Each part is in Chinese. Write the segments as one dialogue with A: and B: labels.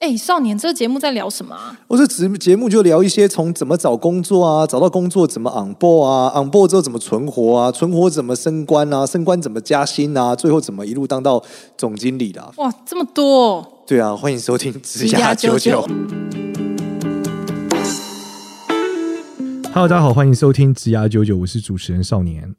A: 哎，少年，这个节目在聊什么啊？
B: 我这节节目就聊一些从怎么找工作啊，找到工作怎么 on board 啊，on board 之后怎么存活啊，存活怎么升官啊，升官怎么加薪啊，最后怎么一路当到总经理啦、
A: 哇，这么多、哦！
B: 对啊，欢迎收听《职
A: 职涯
B: 涯九
A: 九
B: 九
A: 九》。
B: Hello，大家好，欢迎收听《职涯九九》，我是主持人少年。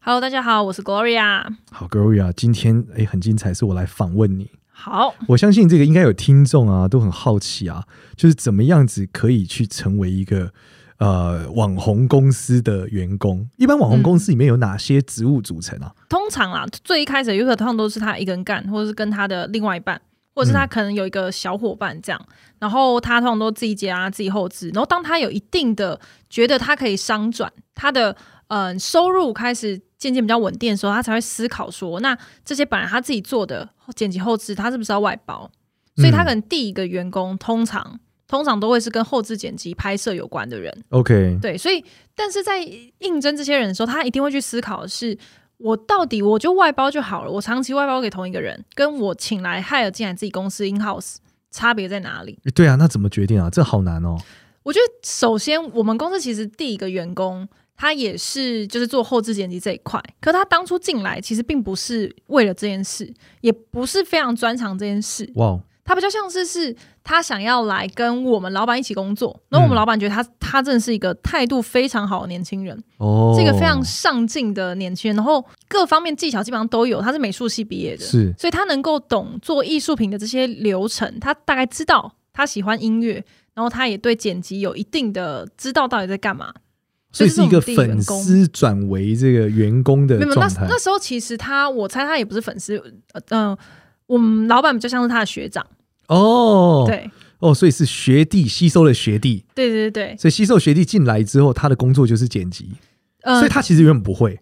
A: Hello，大家好，我是 Gloria。
B: 好，Gloria，今天哎很精彩，是我来访问你。
A: 好，
B: 我相信这个应该有听众啊，都很好奇啊，就是怎么样子可以去成为一个呃网红公司的员工？一般网红公司里面有哪些职务组成啊？
A: 通常啦，最一开始的 Uber 通常都是他一个人干，或者是跟他的另外一半，或者是他可能有一个小伙伴这样。然后他通常都自己接啊，自己后置。然后当他有一定的觉得他可以商转，他的嗯、呃收入开始渐渐比较稳定的时候，他才会思考说，那这些本来他自己做的剪辑后置，他是不是要外包？所以他可能第一个员工通常通常都会是跟后置剪辑拍摄有关的人。
B: OK，
A: 对，所以但是在应征这些人的时候，他一定会去思考的是。我到底我就外包就好了，我长期外包给同一个人，跟我请来 hire 进来自己公司 in house 差别在哪里？
B: 对啊，那怎么决定啊？这好难哦。
A: 我觉得首先我们公司其实第一个员工他也是就是做后置剪辑这一块，可他当初进来其实并不是为了这件事，也不是非常专长这件事，
B: 哇哦，
A: 他比较像是是他想要来跟我们老板一起工作，然后我们
B: 嗯
A: 老板觉得他他真的是一个态度非常好的年轻人，
B: 哦，
A: 是一个非常上进的年轻人，然后各方面技巧基本上都有，他是美术系毕业的，
B: 是
A: 所以他能够懂做艺术品的这些流程，他大概知道他喜欢音乐，然后他也对剪辑有一定的知道到底在干嘛。
B: 所以是一个
A: 这是我们第一个
B: 粉
A: 员工
B: 丝转为这个员工的
A: 没有，那
B: 状态
A: 那时候其实他，我猜他也不是粉丝，呃，嗯、我们老板比较像是他的学长，
B: 哦，
A: 对，
B: 哦，所以是学弟吸收了学弟，
A: 对对对对，
B: 所以吸收学弟进来之后，他的工作就是剪辑，
A: 嗯、
B: 所以他其实原本不会。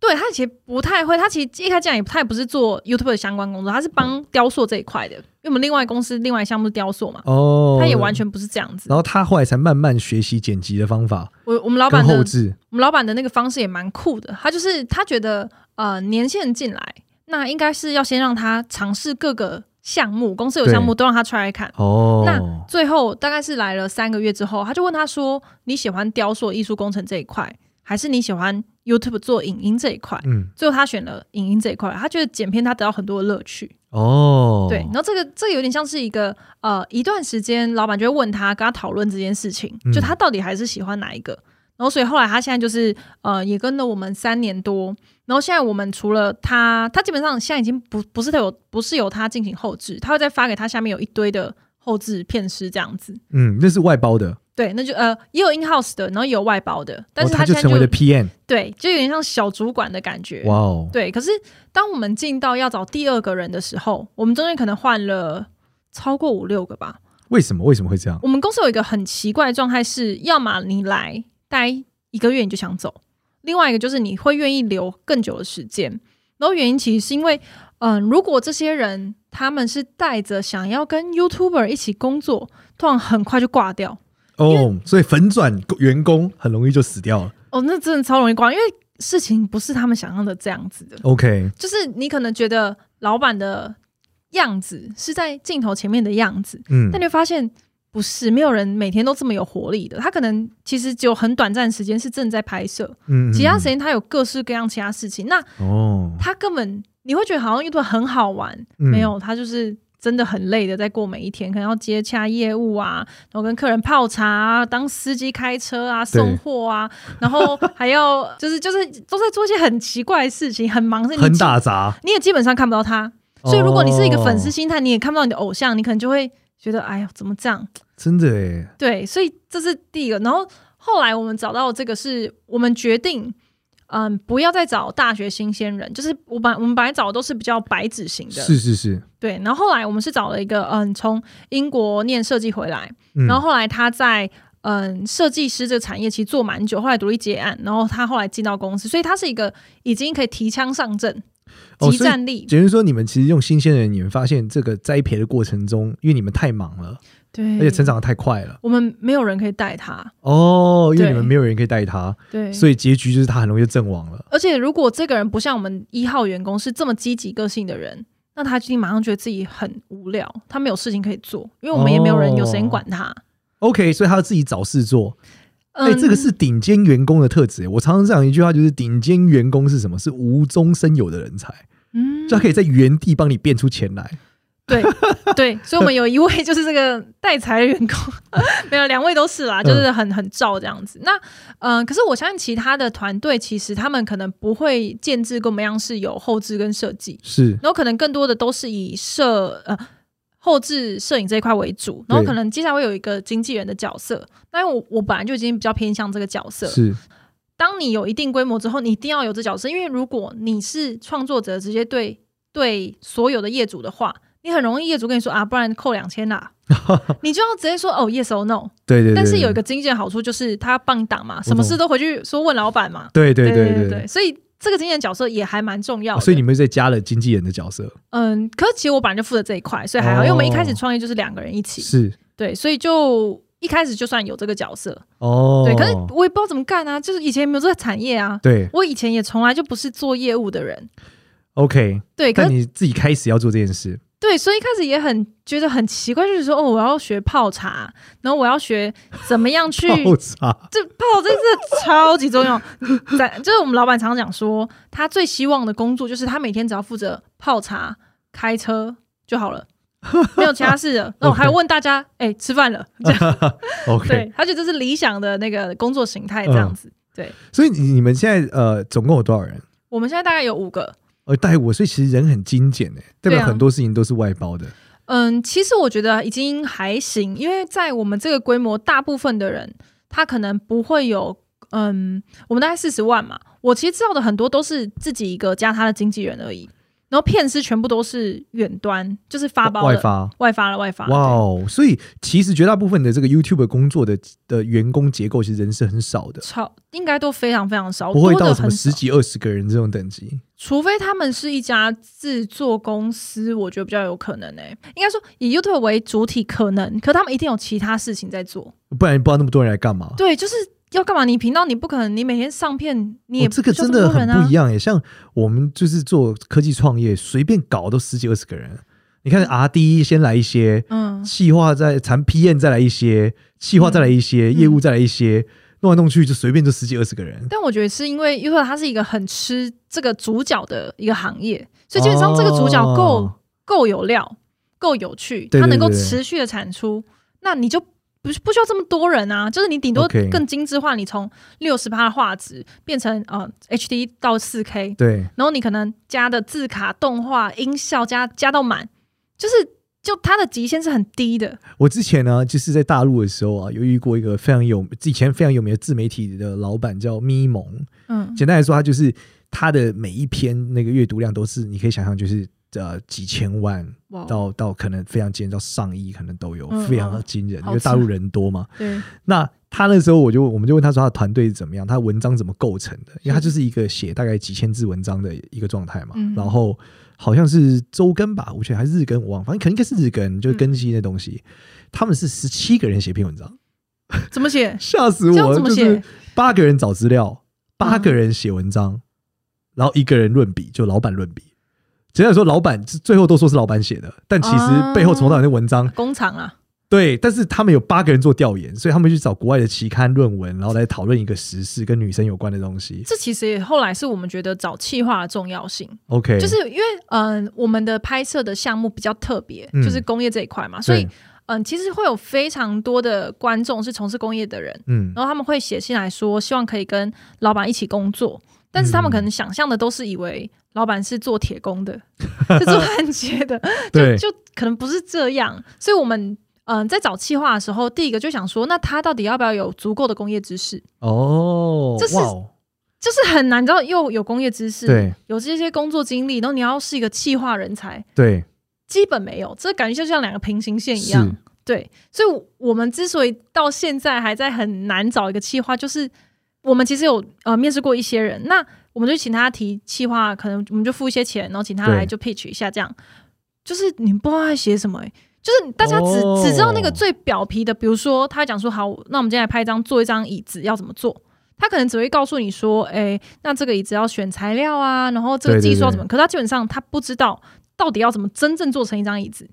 A: 对他其实不太会，他其实一开始讲也不太不是做 YouTube 的相关工作，他是帮雕塑这一块的，因为我们另外公司另外项目是雕塑嘛，
B: 哦，
A: 他也完全不是这样子。
B: 然后他后来才慢慢学习剪辑的方法
A: 我我们老
B: 跟
A: 板的
B: 后置，
A: 我们老板的那个方式也蛮酷的，他就是他觉得呃年轻人进来，那应该是要先让他尝试各个项目，公司有项目都让他 try 看。
B: 哦，
A: 那最后大概是来了三个月之后，他就问他说：“你喜欢雕塑艺术工程这一块，还是你喜欢 YouTube 做影音这一块？”
B: 嗯，
A: 最后他选了影音这一块，他觉得剪片他得到很多的乐趣。
B: 哦，
A: 对，然后这个这个有点像是一个呃，一段时间老板就会问他，跟他讨论这件事情，
B: 嗯
A: 就他到底还是喜欢哪一个。然后所以后来他现在就是呃，也跟了我们三年多。然后现在我们除了他，他基本上现在已经不不是他有不是由他进行后置，他会再发给他下面有一堆的后置片师这样子。
B: 嗯，那是外包的，
A: 对，那就呃也有 in house 的，然后也有外包的，但是
B: 哦、他
A: 现在
B: 成为了 PM，
A: 对，就有点像小主管的感觉。
B: 哇哦，
A: 对，可是当我们进到要找第二个人的时候，我们中间可能换了超过五六个吧。
B: 为什么为什么会这样？
A: 我们公司有一个很奇怪的状态是，要么你来待一个月你就想走，另外一个就是你会愿意留更久的时间。然后原因其实是因为，嗯、如果这些人他们是带着想要跟 YouTuber 一起工作，通常很快就挂掉。
B: 哦，所以粉转员工很容易就死掉了。
A: 哦，那真的超容易挂，因为事情不是他们想象的这样子的。
B: OK，
A: 就是你可能觉得老板的样子是在镜头前面的样子，
B: 嗯
A: 但，你会发现不是，没有人每天都这么有活力的。他可能其实只有很短暂的时间是正在拍摄，
B: 嗯嗯
A: 其他时间他有各式各样其他事情。那
B: 嗯哦，
A: 他根本你会觉得好像 YouTube 很好玩，
B: 嗯
A: 没有，他就是。真的很累的，在过每一天，可能要接洽业务啊，然后跟客人泡茶、啊，当司机开车啊，
B: 对
A: 送货啊，然后还要就是就是都在做一些很奇怪的事情，很忙，是你
B: 很
A: 基
B: 打杂，
A: 你也基本上看不到他。所以如果你是一个粉丝
B: 哦
A: 心态，你也看不到你的偶像，你可能就会觉得，哎呀，怎么这样？
B: 真的哎，
A: 对，所以这是第一个。然后后来我们找到这个是，我们决定，嗯，不要再找大学新鲜人，就是我本我们本来找的都是比较白纸型的，
B: 是是是，
A: 对。然后后来我们是找了一个，嗯，从英国念设计回来，
B: 嗯
A: 然后后来他在嗯设计师这个产业其实做蛮久，后来独立结案，然后他后来进到公司，所以他是一个已经可以提枪上阵、
B: 哦
A: 集
B: 所以
A: 战力。
B: 简直说你们其实用新鲜人，你们发现这个栽培的过程中，因为你们太忙了，
A: 对，
B: 而且成长的太快了。
A: 我们没有人可以带他。
B: 哦，因为
A: 对
B: 你们没有人可以带他，
A: 对
B: 所以结局就是他很容易就阵亡了。
A: 而且如果这个人不像我们一号员工是这么积极个性的人，那他一定马上觉得自己很无聊，他没有事情可以做，因为我们也没有人有时间管他。
B: OK，所以他要自己找事做。哎、
A: 嗯，
B: 这个是顶尖员工的特质。我常常讲一句话，就是顶尖员工是什么？是无中生有的人才，
A: 嗯，
B: 就他可以在原地帮你变出钱来。
A: 对 对，所以我们有一位就是这个带财的员工， 没有两位都是啦，就是很很照这样子。那嗯、呃可是我相信其他的团队其实他们可能不会建制跟我们一样是有后置跟设计，
B: 是，
A: 然后可能更多的都是以摄呃后置摄影这一块为主，然后
B: 对
A: 可能接下来会有一个经纪人的角色。那因为我我本来就已经比较偏向这个角色，
B: 是，
A: 当你有一定规模之后，你一定要有这角色，因为如果你是创作者，直接对对所有的业主的话，你很容易业主跟你说啊，不然扣两千啦， 你就要直接说哦 yes or no。
B: 对对对。
A: 但是有一个经纪人好处就是他帮你挡嘛，什么
B: 懂
A: 事都回去说问老板嘛。
B: 对，对
A: 对
B: 对对
A: 对，所以这个经纪人角色也还蛮重要
B: 啊
A: 的。
B: 所以你们在加了经纪人的角色，
A: 嗯，可是其实我本来就负责这一块，所以还好，
B: 哦
A: 因为我们一开始创业就是两个人一起，
B: 是
A: 对，所以就一开始就算有这个角色，
B: 哦。
A: 对。可是我也不知道怎么干啊，就是以前也没有这个产业啊，
B: 对
A: 我以前也从来就不是做业务的人，
B: ，OK，
A: 对，可
B: 但
A: 是
B: 你自己开始要做这件事，
A: 对，所以一开始也很觉得很奇怪，就是说哦，我要学泡茶，然后我要学怎么样 去
B: 泡茶
A: 这泡真是超级重要。 在就是我们老板常常讲说，他最希望的工作就是他每天只要负责泡茶、开车就好了，没有其他事的。那我
B: OK
A: 还问大家， 哎、吃饭了？这样
B: ，OK。
A: 对，他觉得这是理想的那个工作形态，这样子。
B: 所以你你们现在呃，总共有多少人？
A: 我们现在大概有五个。
B: 呃，带我，所以其实人很精简诶，代
A: 对啊
B: 表很多事情都是外包的。
A: 嗯，其实我觉得已经还行，因为在我们这个规模，大部分的人他可能不会有，嗯，我们大概四十万嘛。我其实知道的很多都是自己一个加他的经纪人而已，然后片师全部都是远端，就是发包
B: 外
A: 的啊
B: 发，
A: 外发了外发。
B: 哇哦！所以其实绝大部分的这个 YouTube 工作的的员工结构，其实人是很少
A: 对，
B: 的
A: 超应该都非常非常少，
B: 不会
A: 多
B: 到
A: 的
B: 什么
A: 很少
B: 十，几二十个人这种等级。
A: 除非他们是一家制作公司，我觉得比较有可能诶、应该说以 YouTube 为主体可能，可他们一定有其他事情在做。
B: 不然不知道那么多人来干嘛。
A: 对，就是要干嘛？你频道你不可能，你每天上片，你也、
B: 哦、这个真
A: 这
B: 的
A: 么多
B: 很
A: 人啊
B: 不一样耶！像我们就是做科技创业，随便搞都十几二十个人。你看 R D 先来一些，
A: 嗯，
B: 企划再产 P N 再来一些，企划再来一些，
A: 嗯
B: 业务再来一些，弄来弄去就随便就十几二十个人。
A: 但我觉得是因为 YouTube 它是一个很吃这个主角的一个行业，所以基本上这个主角够
B: 哦
A: 够、有料，够有趣，
B: 对对
A: 它能够
B: 对对
A: 持续的产出，那你就不不需要这么多人啊，就是你顶多
B: OK
A: 更精致化，你从六十趴的画质变成呃 HD 到四 K，
B: 对，
A: 然后你可能加的字卡、动画、音效加加到满，就是就它的极限是很低的。
B: 我之前呢，就是在大陆的时候啊，有遇过一个非常有以前非常有名的自媒体的老板叫咪蒙。
A: 嗯
B: 简单来说，他就是他的每一篇那个阅读量都是你可以想象，就是呃几千万
A: 哇哦
B: 到到可能非常惊人，到上亿可能都有，
A: 嗯
B: 非常的惊人，
A: 好
B: 因为大陆人多嘛。
A: 对，
B: 那他那时候我就我们就问他说他的团队是怎么样，他文章怎么构成的？因为他就是一个写大概几千字文章的一个状态嘛，
A: 嗯
B: 然后好像是周更吧，我觉得还是日更，我忘了，反正肯定应该是日更，就是更新的东西。他们是十七个人写篇文章，
A: 怎么写？
B: 吓死
A: 这样
B: 我！
A: 怎
B: 了！
A: 么
B: 就是
A: 写？
B: 八个人找资料，八
A: 嗯
B: 个人写文章，然后一个人论笔，就老板论笔。简单来说，老板最后都说是老板写的，但其
A: 啊
B: 实背后从头到尾的文章
A: 工厂啊，
B: 对，但是他们有八个人做调研，所以他们去找国外的期刊论文，然后来讨论一个时事跟女生有关的东西。
A: 这其实也后来是我们觉得找企划的重要性，
B: OK，
A: 就是因为嗯、我们的拍摄的项目比较特别，
B: 嗯
A: 就是工业这一块嘛，
B: 对
A: 所以嗯、其实会有非常多的观众是从事工业的人，
B: 嗯，
A: 然后他们会写信来说，希望可以跟老板一起工作，但是他们
B: 嗯
A: 可能想象的都是以为老板是做铁工的，是做焊接的，
B: 对，
A: 就可能不是这样，所以我们嗯、呃在找企划的时候，第一个就想说，那他到底要不要有足够的工业知识？
B: 哦，
A: 这是嗯
B: 哇哦，
A: 就是很难，你知道又有工业知识，
B: 对
A: 有这些工作经历，然后你要是一个企划人才，
B: 对，
A: 基本没有，这感觉就像两个平行线一
B: 是
A: 样。对，所以我们之所以到现在还在很难找一个企划，就是我们其实有呃面试过一些人，那我们就请他提企划，可能我们就付一些钱，然后请他
B: 对
A: 来就 pitch 一下，这样就是你不知道他在写什么、欸。就是大家只、
B: 哦
A: 只知道那个最表皮的，比如说他讲说好，那我们今天来拍一张，做一张椅子要怎么做，他可能只会告诉你说，哎、那这个椅子要选材料啊，然后这个
B: 对对
A: 技术要
B: 对
A: 怎么，可他基本上他不知道到底要怎么真正做成一张椅子？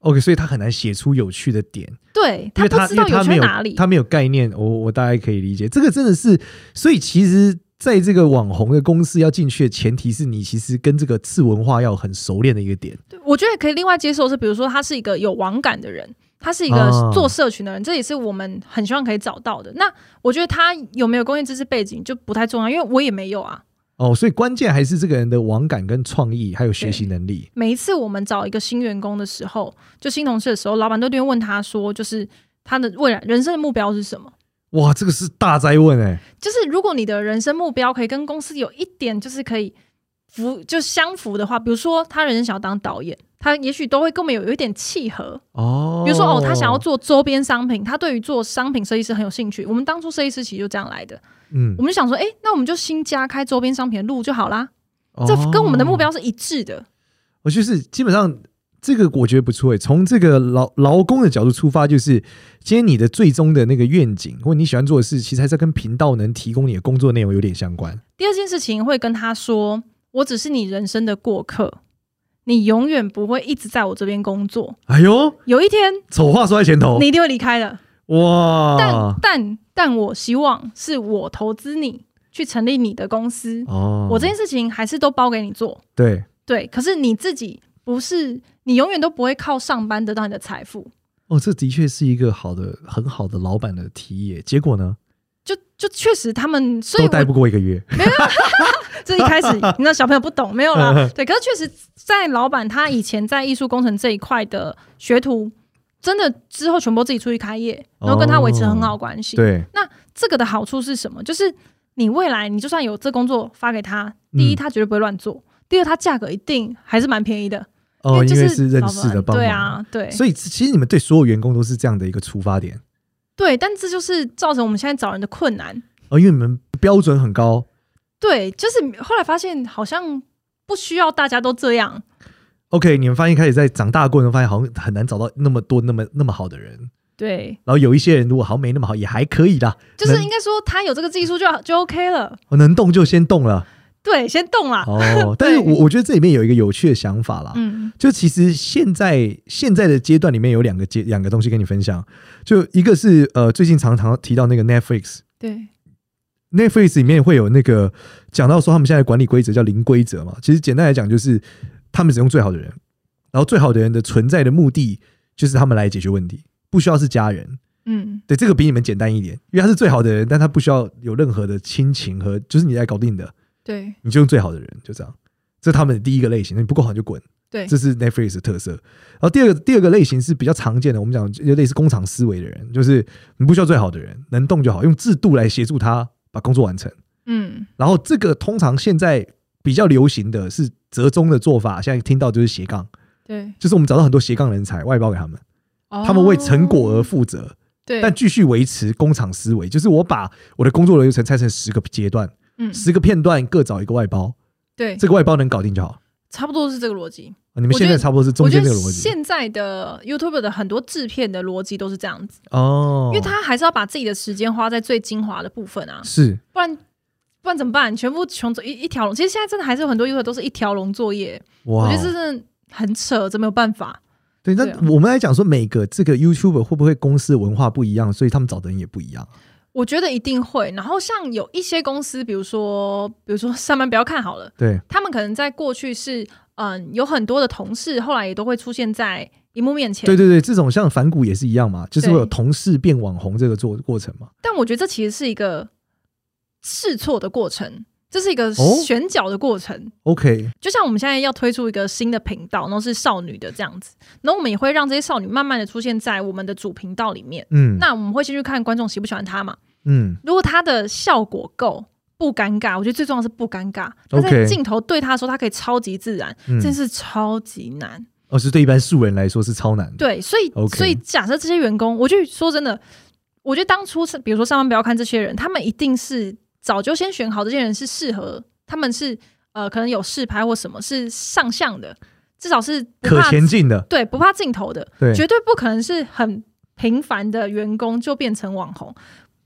B: OK，所以他很难写出有趣的点，
A: 对
B: 因为
A: 不
B: 他
A: 知
B: 因为
A: 道
B: 他
A: 有
B: 没
A: 趣
B: 有
A: 哪里。
B: 他没有概念，我我大概可以理解。这个真的是，所以其实在这个网红的公司要进去的前提是你其实跟这个次文化要很熟练的一个点。
A: 对我觉得可以另外接受是，比如说他是一个有网感的人，他是一个
B: 哦
A: 做社群的人，这也是我们很希望可以找到的。那我觉得他有没有工业知识背景就不太重要，因为我也没有啊。
B: 哦，所以关键还是这个人的网感跟创意，还有学习能力。
A: 每一次我们找一个新员工的时候，就新同事的时候，老板都一定会问他说，就是他的未来人生的目标是什么？
B: 哇，这个是大灾问哎、
A: 就是如果你的人生目标可以跟公司有一点就是可以符就相符的话，比如说他人生想要当导演，他也许都会跟我们有有一点契合。
B: 哦，
A: 比如说哦，他想要，做周边商品，他对于做商品设计师很有兴趣。我们当初设计师其实就这样来的，
B: 嗯
A: 我，们就想说，哎、那我们就新加开周边商品的路就好啦。这跟我们的目标是一致的。
B: 哦我就是基本上这个我觉得不错诶，欸从这个劳劳工的角度出发，就是今天你的最终的那个愿景或你喜欢做的事，其实还是要跟频道能提供你的工作内容有点相关。
A: 第二件事情会跟他说，我只是你人生的过客，你永远不会一直在我这边工作，
B: 哎呦，啊
A: 有一天
B: 丑话说在前头，
A: 你一定会离开的。但
B: 哇，
A: 嗯但但我希望是我投资你去成立你的公司，
B: 哦
A: 我这件事情还是都包给你做。
B: 对
A: 对，可是你自己不是，你永远都不会靠上班得到你的财富，
B: 哦，这的确是一个好的很好的老板的提议耶。结果呢，
A: 就就确实他们，所以
B: 都待
A: 我
B: 不过一个月。
A: 这一 开始你知道小朋友不懂没有
B: 嗯
A: 啦，对，可是确实在老板他以前在艺术工程这一块的学徒，真的之后全部自己出去开业，然后跟他维持很好的关系。
B: 哦对，
A: 这个的好处是什么？就是你未来你就算有这工作发给他，第一
B: 嗯
A: 他绝对不会乱做。第二，它价格一定还是蛮便宜的，
B: 哦，因
A: 哎就
B: 为是认
A: 老
B: 识
A: 板
B: 的帮忙，
A: 对，啊，对，
B: 所以其实你们对所有员工都是这样的一个出发点
A: 对，但这就是造成我们现在找人的困难。
B: 哦，因为你们标准很高
A: 对，就是后来发现好像不需要大家都这样。
B: OK，你们发现开始在长大的过程中，发现好像很难找到那么多那么那么好的人。
A: 对，
B: 然后有一些人如果好像没那么好，也还可以啦，
A: 就是
B: 能
A: 应该说他有这个技术就就 OK 了。
B: 哦能动就先动了。
A: 对，先动啦。
B: 哦，但是我我觉得这里面有一个有趣的想法啦，
A: 嗯，
B: 就其实现在现在的阶段里面有两个阶两个东西跟你分享，就一个是呃最近常常提到那个 Netflix。
A: 对，
B: Netflix 里面会有那个讲到说他们现在的管理规则叫零规则嘛，其实简单来讲就是他们只用最好的人，然后最好的人的存在的目的就是他们来解决问题，不需要是家人。
A: 嗯，
B: 对，这个比你们简单一点，因为他是最好的人，但他不需要有任何的亲情和就是你来搞定的，
A: 对，
B: 你就用最好的人，就这样。这是他们的第一个类型，你不够好你就滚。
A: 对
B: 这是 Netflix 的特色。然后第二个第二个类型是比较常见的，我们讲就类似工厂思维的人，就是你不需要最好的人，能动就好，用制度来协助他把工作完成。
A: 嗯，
B: 然后这个通常现在比较流行的是折中的做法，现在听到就是斜杠，
A: 对，
B: 就是我们找到很多斜杠人才外包给他们，他们为成果而负责，
A: 哦对，
B: 但继续维持工厂思维，就是我把我的工作流程拆成十个阶段，
A: 嗯，
B: 十个片段各找一个外包，
A: 对，
B: 这个外包能搞定就好。
A: 差不多是这个逻辑。
B: 啊你们
A: 我觉
B: 现
A: 得
B: 在差不多是中
A: 我觉
B: 间这
A: 得
B: 个逻辑
A: 现在的 YouTube 的很多制片的逻辑都是这样子，
B: 哦
A: 因，为他还是要把自己的时间花在最精华的部分啊，
B: 是
A: 不然不然怎么办？全部穷走一一条龙。其实现在真的还是有很多 YouTube 都是一条龙作业，我
B: 哇哦，
A: 觉得这真的很扯，这没有办法。
B: 对。那
A: 对啊
B: 我们来讲说，每个这个 YouTube 会不会公司文化不一样，所以他们找的人也不一样？
A: 我觉得一定会。然后像有一些公司，比如说，比如说上班不要看好了，
B: 对，
A: 他们可能在过去是，嗯，有很多的同事，后来也都会出现在荧幕面前。
B: 对对对，这种像反骨也是一样嘛，就是会有
A: 对
B: 同事变网红这个做过程嘛。
A: 但我觉得这其实是一个试错的过程，这是一个
B: 哦
A: 选角的过程。
B: OK，
A: 就像我们现在要推出一个新的频道，然后是少女的这样子，然后我们也会让这些少女慢慢的出现在我们的主频道里面。
B: 嗯，
A: 那我们会先去看观众喜不喜欢她嘛？
B: 嗯，
A: 如果他的效果够不尴尬，我觉得最重要的是不尴尬。他
B: OK
A: 在镜头对他的时候，他可以超级自然，
B: 嗯
A: 这件事超级难。
B: 哦，是对一般素人来说是超难的。
A: 对，所以
B: OK
A: 所以假设这些员工，我就说真的，我觉得当初是比如说上班不要看这些人，他们一定是早就先选好这些人是适合，他们是呃可能有试拍或什么是上相的，至少是不
B: 可
A: 怕
B: 前进的，
A: 对不怕镜头的，
B: 对，
A: 绝对不可能是很平凡的员工就变成网红，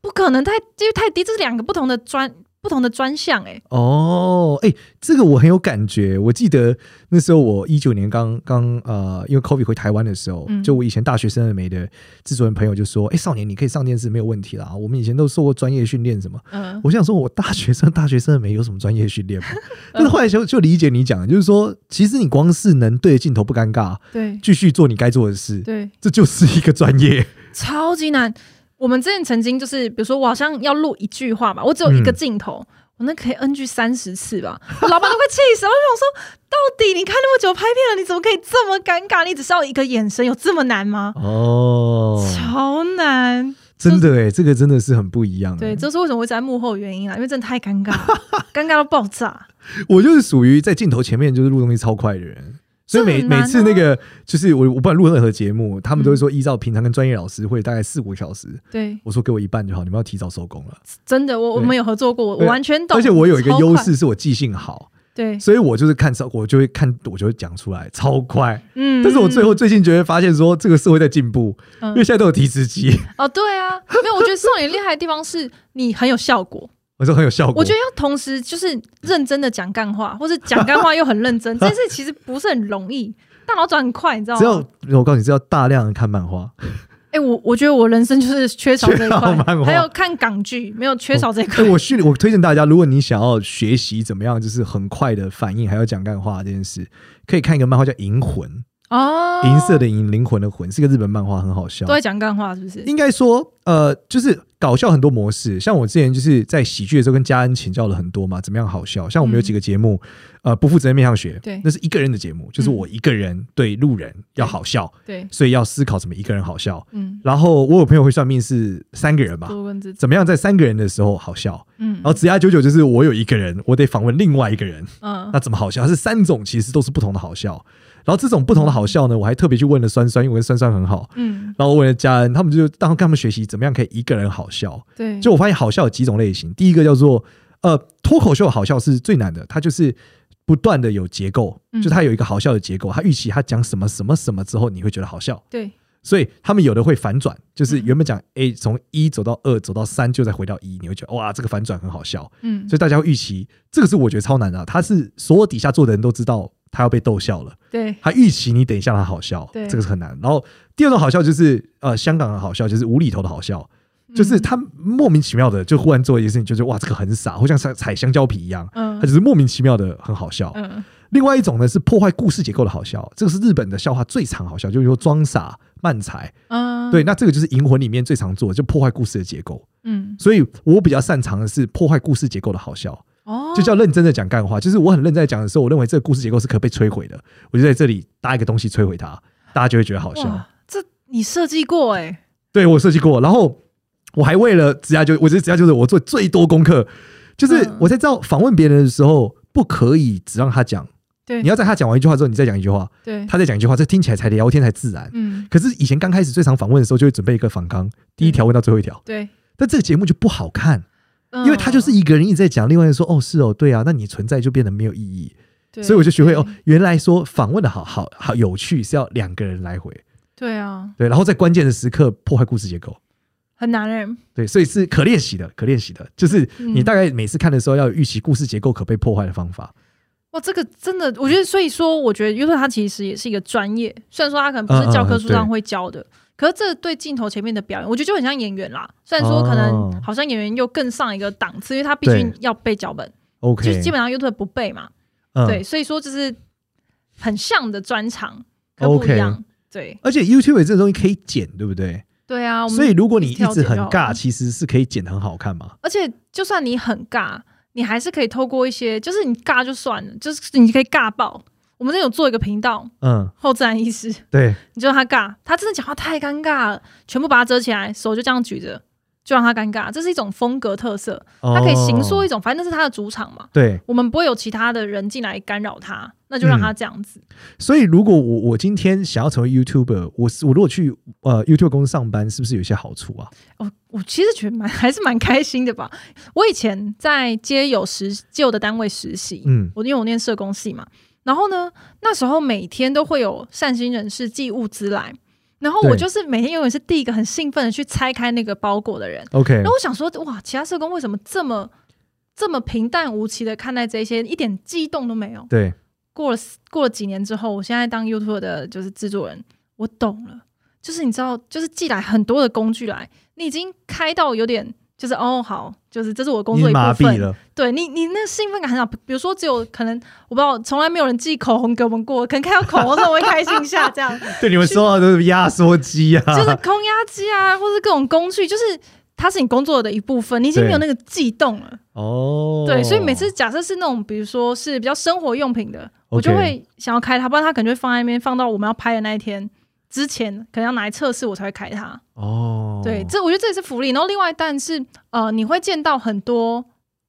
A: 不可能太因为太低，这是两个不同的专不同的专项哎、
B: 哦，哎、这个我很有感觉。我记得那时候我一九年刚刚呃，因为 COVID 回台湾的时候，
A: 嗯
B: 就我以前大学生的媒的制作人朋友就说：“哎、少年，你可以上电视没有问题啦，我们以前都受过专业训练什么。”
A: 嗯、
B: 我想说，我大学生大学生的没有什么专业训练 嘛，
A: 嗯
B: 但是后来就就理解你讲的，就是说，其实你光是能对着镜头不尴尬，
A: 对
B: 继续做你该做的事，
A: 对，
B: 这就是一个 专业。
A: 超级难。我们之前曾经就是，比如说我好像要录一句话嘛，我只有一个
B: 嗯
A: 镜头，我那可以 NG 三十次吧，我老板都快气死了。我想说，到底你看那么久拍片了，你怎么可以这么尴尬？你只是要一个眼神，有这么难吗？
B: 哦，
A: 超难，
B: 真的哎，这个真的是很不一样。欸
A: 对，，这是为什么我一直在幕后的原因啦，因为真的太尴尬了，尴尬到爆炸。
B: 我就是属于在镜头前面就是录东西超快的人。所以每、
A: 这很难啊嗯
B: 每次那个就是我我不管录任何节目，他们都会说依照平常跟专业老师会大概四五个小时，
A: 对，
B: 我说给我一半就好，你们要提早收工了。
A: 真的，我我
B: 对
A: 们有合作过，我我
B: 对啊
A: 完全懂。
B: 而且我有一个
A: 超快
B: 优，势是我记性好，
A: 对，
B: 所以我就是看超我就会看我就会讲出来超快。
A: 嗯
B: 但是我最后最近觉得发现说这个社会在进步，
A: 嗯
B: 因为现在都有提词机，
A: 哦，对啊，没有，我觉得少年厉害的地方是你很有效果。
B: 我说很有效果。
A: 我觉得要同时就是认真的讲干话，或是讲干话又很认真，这 件事其实不是很容易，大脑转很快，你知道
B: 只
A: 吗？
B: 要我告诉你，只要大量地看 漫画，
A: 哎、我我觉得我人生就是缺少这一
B: 缺少
A: 块
B: 漫，画
A: 还有看港剧没有缺少这一块
B: 哎、。我训我推荐大家，如果你想要学习怎么样，就是很快的反应，还有讲干话这件事，可以看一个漫画叫《银魂
A: 哦》，，
B: 银色的银，灵魂的魂，是一个日本漫画，很好笑
A: 都。在讲干话，是不是？
B: 应该说，呃，就是搞笑很多模式，像我之前就是在喜剧的时候跟嘉恩请教了很多嘛，怎么样好笑？像我们有几个节目，呃，不负责任面向学，
A: 嗯对
B: 那是一个人的节目，就是我一个人对路人要好笑，
A: 对，
B: 所以要思考怎么一个人好笑。
A: 嗯，
B: 然后我有朋友会算命是三个人吧，
A: 多问自己，
B: 怎么样在三个人的时候好笑？
A: 嗯
B: 啊然后职涯九九就是我有一个人，我得访问另外一个人，
A: 嗯
B: 那怎么好笑？它是三种其实都是不同的好笑。然后这种不同的好笑呢，我还特别去问了酸酸，因为我跟酸酸很好。
A: 嗯，
B: 然后我问了家人，他们就当跟他们学习怎么样可以一个人好笑。
A: 对，
B: 就我发现好笑有几种类型，第一个叫做呃脱口秀好笑是最难的，它就是不断的有结构，
A: 嗯
B: 就它有一个好笑的结构，它预期它讲什么什么什么之后你会觉得好笑，
A: 对，
B: 所以他们有的会反转，就是
A: 嗯
B: 原本讲 A 从一走到二走到三就再回到一，你会觉得哇这个反转很好笑。
A: 嗯
B: 所以大家会预期这个是我觉得超难的啊、他是所有底下坐的人都知道他要被逗笑了，
A: 对，
B: 他预期你等一下他好笑，
A: 对
B: 这个是很难。然后第二种好笑就是呃香港的好笑，就是无厘头的好笑，
A: 嗯
B: 就是他莫名其妙的就忽然做一件事情，就是哇这个很傻，或像踩踩香蕉皮一样。
A: 嗯
B: 他只是莫名其妙的很好笑。
A: 嗯
B: 另外一种呢是破坏故事结构的好笑，这个是日本的笑话最常好笑，就是说装傻慢踩。
A: 嗯，
B: 对，，那这个就是《银魂》里面最常做的，就破坏故事的结构。
A: 嗯
B: 所以我比较擅长的是破坏故事结构的好笑。
A: 哦，
B: 就叫认真的讲干话。就是我很认真的讲的时候，我认为这个故事结构是可被摧毁的，我就在这里搭一个东西摧毁它，大家就会觉得好笑
A: 哇。，这你设计过哎，
B: 对我设计过，然后我还为了职涯就，我觉得职涯就是我做最多功课，就是
A: 嗯
B: 我在知道访问别人的时候，不可以只让他讲，
A: 对，
B: 你要在他讲完一句话之后，你再讲一句话，
A: 对，
B: 他再讲一句话，这听起来才聊天才自然。
A: 嗯，
B: 可是以前刚开始最常访问的时候，就会准备一个访纲，第一条问到最后一条，
A: 对，嗯
B: 但这个节目就不好看，
A: 因
B: 因为他就是一个人一直在讲，另外一个说哦是哦对啊，那你存在就变得没有意义。所以我就学会哦，，原来说访问的好好好有趣是要两个人来回，
A: 对对啊，
B: 对，然后在关键的时刻破坏故事结构，
A: 很难哎，
B: 对，所以是可练习的，可练习的，就是
A: 嗯
B: 你大概每次看的时候要有预期故事结构可被破坏的方法，
A: 哇，这个真的，我觉得，所以说，我觉得 YouTube 它其实也是一个专业，虽然说它可能不
B: 嗯嗯
A: 是教科
B: 嗯
A: 书上
B: 对
A: 会教的，可是这对镜头前面的表演，我觉得就很像演员啦。虽然说可能
B: 哦
A: 好像演员又更上一个档次，因为他必须
B: 对
A: 要背脚本，就
B: OK，
A: 基本上 YouTube 不背嘛，
B: 嗯
A: 对，，所以说就是很像的专场，可不一
B: OK
A: 样。对
B: 而且 YouTube 这东西可以剪，对不对？
A: 对啊，我们
B: 所以如果你一
A: 挑
B: 直
A: 剪就
B: 很
A: 好
B: 尬，
A: 了
B: 其实是可以剪得很好看嘛。
A: 而且就算你很尬，你还是可以透过一些，就是你尬就算了，就是你可以尬爆。我们这有做一个频道
B: 嗯，
A: 后自然意识，
B: 对，
A: 你就让他尬，他真的讲话太尴尬了，全部把他遮起来，手就这样举着，就让他尴尬，这是一种风格特色，他可以形塑一
B: 一
A: 种，反正那是他的主场嘛，
B: 哦对，
A: 我们不会有其他的人进来干扰他，那就让他这样子。
B: 所以如果我我今天想要成为 YouTuber，我是我如果去呃 YouTube 公司上班，是不是有一些好处啊？
A: 我我其实觉得蛮还是蛮开心的吧。我以前在接有实旧的单位实习，
B: 嗯，
A: 我因为我念社工系嘛，然后呢，那时候每天都会有善心人士寄物资来，然后我
B: 对
A: 就是每天永远是第一个很兴奋的去拆开那个包裹的人。
B: OK，
A: 然后我想说，哇，其他社工为什么这么这么平淡无奇的看待这些，一点激动都没有。
B: 对，
A: 过了过了几年之后，我现在当 YouTube 的就是制作人，我懂了，就是你知道，就是寄来很多的工具来，你已经开到有点就是哦好，就是这是我工
B: 你
A: 作一
B: 麻
A: 部
B: 痹
A: 分，
B: 了，
A: 对你你那兴奋感很小，比如说只有可能我不知道，从来没有人寄口红给我们过，可能看到口红的时候我会开心一下这 样，
B: 对你们说到的都是压缩机啊，
A: 就是空压机啊，或是各种工具，就是它是你工作的一部分，你已经没有那个悸动了。
B: 哦，
A: 对，所以每次假设是那种，比如说是比较生活用品的，我
B: OK
A: 就会想要开它，不然它可能就会放在那边，放到我们要拍的那一天之前，可能要拿来测试我才会开它。
B: 哦，
A: 对，这我觉得这也是福利。然后另外，但是呃，你会见到很多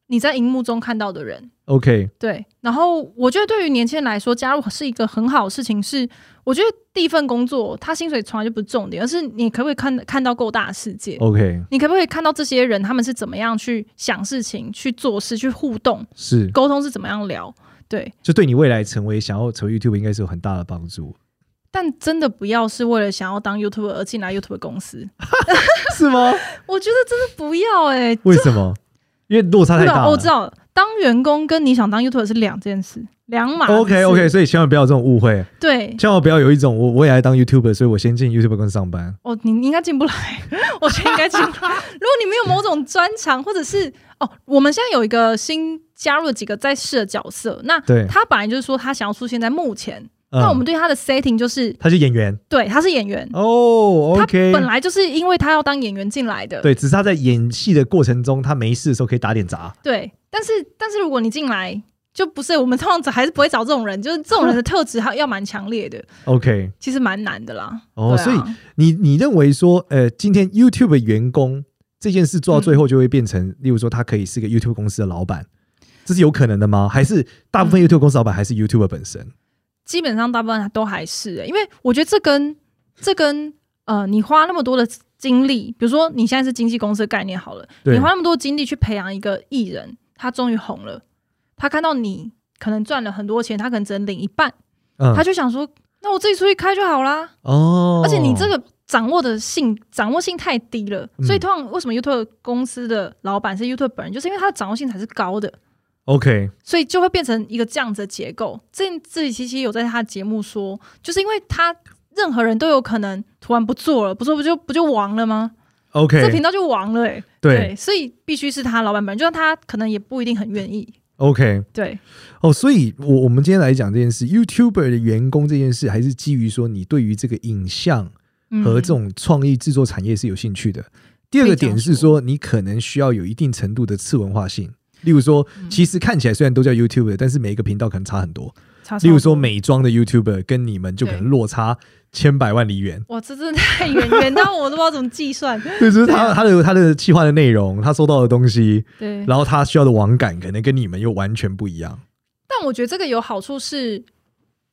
A: 你在荧幕中看到的人。
B: OK，
A: 对，然后我觉得对于年轻人来说，加入是一个很好的事情是。我觉得第一份工作，他薪水从来就不是重点，而是你可不可以看看到够大的世界，
B: OK，
A: 你可不可以看到这些人他们是怎么样去想事情、去做事、去互动。
B: 是，
A: 沟通是怎么样聊。对，
B: 就对你未来成为想要成为 YouTube 应该是有很大的 帮助，
A: 但真的不要是为了想要当 YouTube 而进来 YouTube 公司，
B: 是吗？
A: 我觉得真的不要哎、欸。
B: 为什么？因为落差
A: 不
B: 太
A: 知
B: 大
A: 道，
B: 了。
A: 我知道，当员工跟你想当 YouTube 是两件事，两码子事。
B: OK OK，所以千万不要有这种误会，
A: 对，
B: 千万不要有一种我我也来当 YouTuber，所以我先进 YouTuber 跟上班。
A: 哦，你你应该进不来，我觉得应该进不来。 如果你没有某种专长，或者是哦，我们现在有一个新加入了几个在试的角色，那
B: 对
A: 他本来就是说他想要出现在幕前，
B: 嗯、
A: 那我们对他的 setting 就是
B: 他是演员
A: 对他是演员，
B: 哦
A: 他
B: ，OK，
A: 本来就是因为他要当演员进来的，
B: 对，只是他在演戏的过程中，他没事的时候可以打点杂。
A: 对，但是但是如果你进来，就不是我们通常找还是不会找这种人，就是这种人的特质还要蛮强烈的，
B: OK，
A: 其实蛮难的啦。
B: 哦，
A: 对啊
B: 所以你你认为说，呃，今天 YouTube 员工这件事做到最后就会变成，
A: 嗯
B: 例如说他可以是个 YouTube 公司的老板，这是有可能的吗？还是大部分
A: 嗯
B: YouTube 公司老板还是 YouTuber 本身？
A: 基本上大部分都还是、欸因为我觉得这跟这跟呃，你花那么多的精力，比如说你现在是经纪公司的概念好了，
B: 对
A: 你花那么多精力去培养一个艺人，他终于红了，他看到你可能赚了很多钱，他可能只能领一半，
B: 嗯
A: 他，就想说，那我自己出去开就好啦。
B: 哦，
A: 而且你这个掌握的性掌握性太低了，
B: 嗯
A: 所以通常为什么 YouTube 公司的老板是 YouTube 本人，就是因为他的掌握性才是高的，
B: OK，
A: 所以就会变成一个这样子的结构。这自己其实有在他的节目说，就是因为他任何人都有可能突然不做了，不做不就不就亡了吗？这
B: OK，
A: 频道就亡了、欸，
B: 对
A: 所以必须是他老板本人，就算他可能也不一定很愿意，
B: ，OK，
A: 对
B: 哦，所以我我们今天来讲这件事，YouTuber 的员工这件事，还是基于说你对于这个影像
A: 嗯
B: 和这种创意制作产业是有兴趣的。第二个点是说，你可能需要有一定程度的次文化性。例如说，
A: 嗯
B: 其实看起来虽然都叫 YouTuber，但是每一个频道可能差很多。
A: 啊差
B: 例如说，
A: 超多。
B: 美妆的 YouTuber 跟你们就可能
A: 对
B: 落差千百万里远。
A: 哇，这真的太远远 到我都不知道怎么计 算。
B: 对，就是他他的他的企划的内容，他收到的东西，
A: 啊对，
B: 然后他需要的网感，可能跟你们又完全不一样。
A: 但我觉得这个有好处是，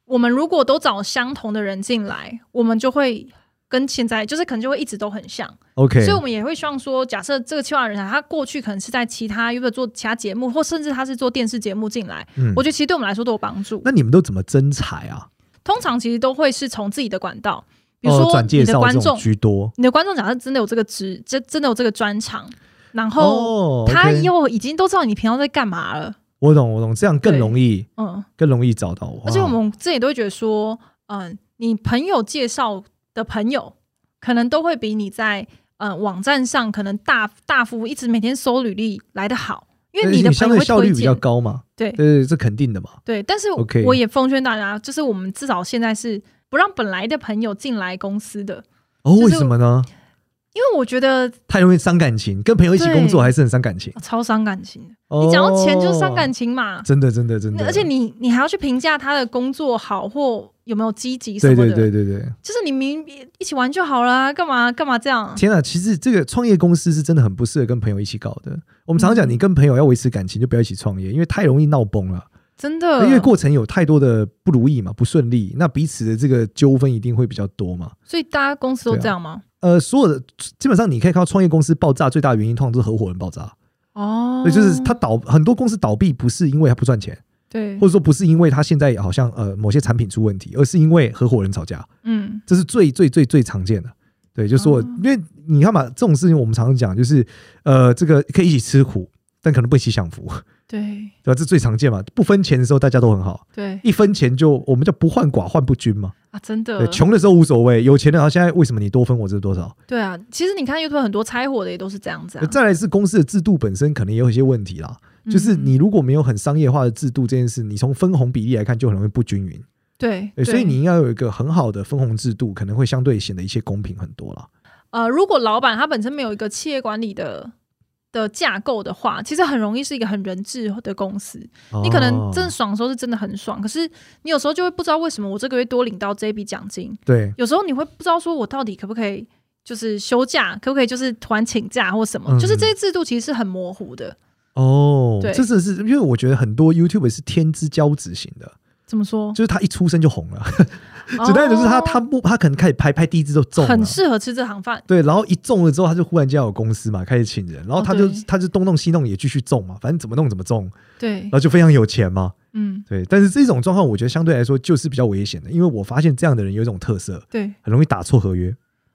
A: 我们如果都找相同的人进来，我们就会跟现在就是可能就会一直都很像，
B: OK，
A: 所以我们也会希望说，假设这个企划人才他过去可能是在其他有没有做其他节目，或甚至他是做电视节目进来，
B: 嗯
A: 我觉得其实对我们来说都有帮助
B: 那。你们都怎么增财啊？
A: 通常其实都会是从自己的管道，比如
B: 哦，
A: 说
B: 转介
A: 你的
B: 绍
A: 观
B: 这种
A: 众，
B: 居多。
A: 你的观众假设真的有这个职，真真的有这个专长，然后
B: 哦
A: 他
B: OK
A: 又已经都知道你平常在干嘛了，
B: 我懂，我懂，这样更
A: 对
B: 容易，
A: 嗯。
B: 更容易找到我。
A: 而且我
B: 哇
A: 们自己都会觉得说，嗯，你朋友介绍的朋友，可能都会比你在嗯网站上可能大大幅一直每天搜履历来的好，因为
B: 那
A: 你的
B: 相
A: 朋友会
B: 对效率
A: 推
B: 比较
A: 荐。
B: 高嘛，
A: 对
B: 对对，这肯定的嘛。
A: 对，但是
B: OK
A: 我也奉劝大家，就是我们至少现在是不让本来的朋友进来公司的，
B: 哦，
A: 就是
B: 为什么呢？
A: 因为我觉得
B: 太容易伤感情，跟朋友一起工作还是很伤感情。
A: 超伤感情的。
B: 哦
A: 你讲到钱就是伤感，情嘛，
B: 真的，真的，哦真
A: 那
B: 的。
A: 而且你你还要去评价他的工作好或有没有积极什
B: 对
A: 么的，
B: 对对对对，
A: 就是你明明一起玩就好啦，干嘛干嘛这样？
B: 天啊，其实这个创业公司是真的很不适合跟朋友一起搞的。我们常常讲，
A: 嗯
B: 你跟朋友要维持感情，就不要一起创业，因为太容易闹崩了。
A: 真的，
B: 因为过程有太多的不如意嘛，不顺利，那彼此的这个纠纷一定会比较多嘛。
A: 所以大家公司都这样吗？
B: 呃，所有的基本上你可以看到创业公司爆炸最大的原因，通常都是合伙人爆炸。
A: 哦
B: 那、就是他倒很多公司倒闭，不是因为他不赚钱，
A: 对
B: 或，者说不是因为他现在好像呃某些产品出问题，而是因为合伙人吵架，
A: 嗯，
B: 这是最最最最常见的。对，就说、
A: 哦
B: 因为你看嘛，这种事情我们常常讲，就是呃，这个可以一起吃苦，但可能不一起享福，
A: 对
B: 对吧？这最常见嘛，不分钱的时候大家都很好，
A: 对
B: 一分钱就我们叫不患寡患不均嘛。
A: 啊，真的
B: 对，穷的时候无所谓，有钱的，然后现在为什么你多分我这多少？
A: 对啊。其实你看 YouTube 很多拆伙的也都是这样子啊，
B: 再来是公司的制度本身可能也有一些问题啦，呃就是
A: 嗯
B: 你如果没有很商业化的制度这件事，你从分红比例来看就很容易不均匀。
A: 对
B: 对，
A: 对，
B: 所以你应该有一个很好的分红制度，可能会相对显得一切公平很多啦。
A: 呃，如果老板他本身没有一个企业管理的。的架构的话，其实很容易是一个很人质的公司。你可能真的
B: 哦
A: 爽的时候是真的很爽，可是你有时候就会不知道为什么我这个月多领到这笔奖金，
B: 哦对，
A: 有时候你会不知道说我到底可不可以就是休假，可不可以就是突然请假或什么，
B: 嗯
A: 就是这些制度其实是很模糊的。
B: 哦，
A: 对
B: 这真的是因为我觉得很多 YouTube 是天之骄子型的，
A: 怎么说？
B: 就是他一出生就红了。 简单一点就是他他不他可能开始拍拍第一支就中了
A: 哦很。适合吃这行饭，
B: 对，然后一中了之后，他就忽然间有公司嘛，开始请人，然后
A: 哦
B: 他就、
A: 对
B: 他就东弄西弄，也继续中嘛，反正怎么弄怎么中，
A: 对
B: 然，后就非常有钱嘛。
A: 嗯，
B: 对，但是这种状况，我觉得相对来说就是比较危险的，因为我发现这样的人有一种特色，
A: 对。
B: 很容易打错合约。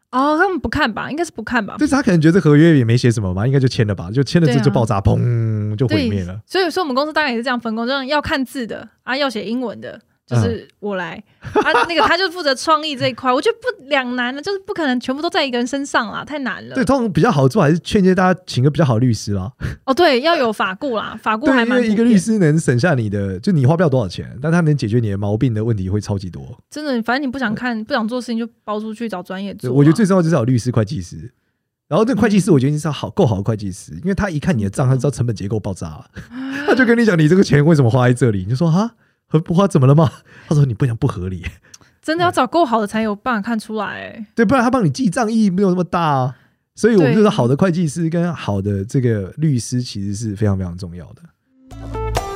A: 哦，他们不看吧？应该是不看吧？
B: 就是他可能觉得这合约也没写什么嘛，应该就签了吧，就签了之
A: 对
B: 后
A: 啊
B: 就爆炸，砰就毁
A: 对
B: 灭了。
A: 所以说我们公司大概也是这样分工，就是要看字的啊，要写英文的，就是我来。 他、那个他就负责创意这一块，我觉得不两难了，就是不可能全部都在一个人身上啦，太难了。
B: 对，通常比较好做还是劝诫大家请个比较好的律师啦。
A: 哦，对，要有法顾啦，法顾
B: 对
A: 还，
B: 因
A: 蛮
B: 为一
A: 普
B: 个
A: 遍
B: 律师能省下你的，就你花不了多少钱，但他能解决你的毛病的问题会超级多。
A: 真的，反正你不想看、不想做事情，就包出去找专业
B: 对，
A: 做啊、
B: 我觉得最重要就是要有律师、会计师。然后那个会计师，我觉得你是要好够好的会计师，因为他一看你的账，他就知道成本结构爆炸了，他就跟你讲你这个钱为什么花在这里，你就说哈，和不花怎么了吗？他说你不讲不合理，
A: 真的要找够好的才有办法看出来、欸。
B: 对，不然他帮你记账意义没有那么大啊。所以我们
A: 对
B: 就是好的会计师跟好的这个律师其实是非常非常重要的。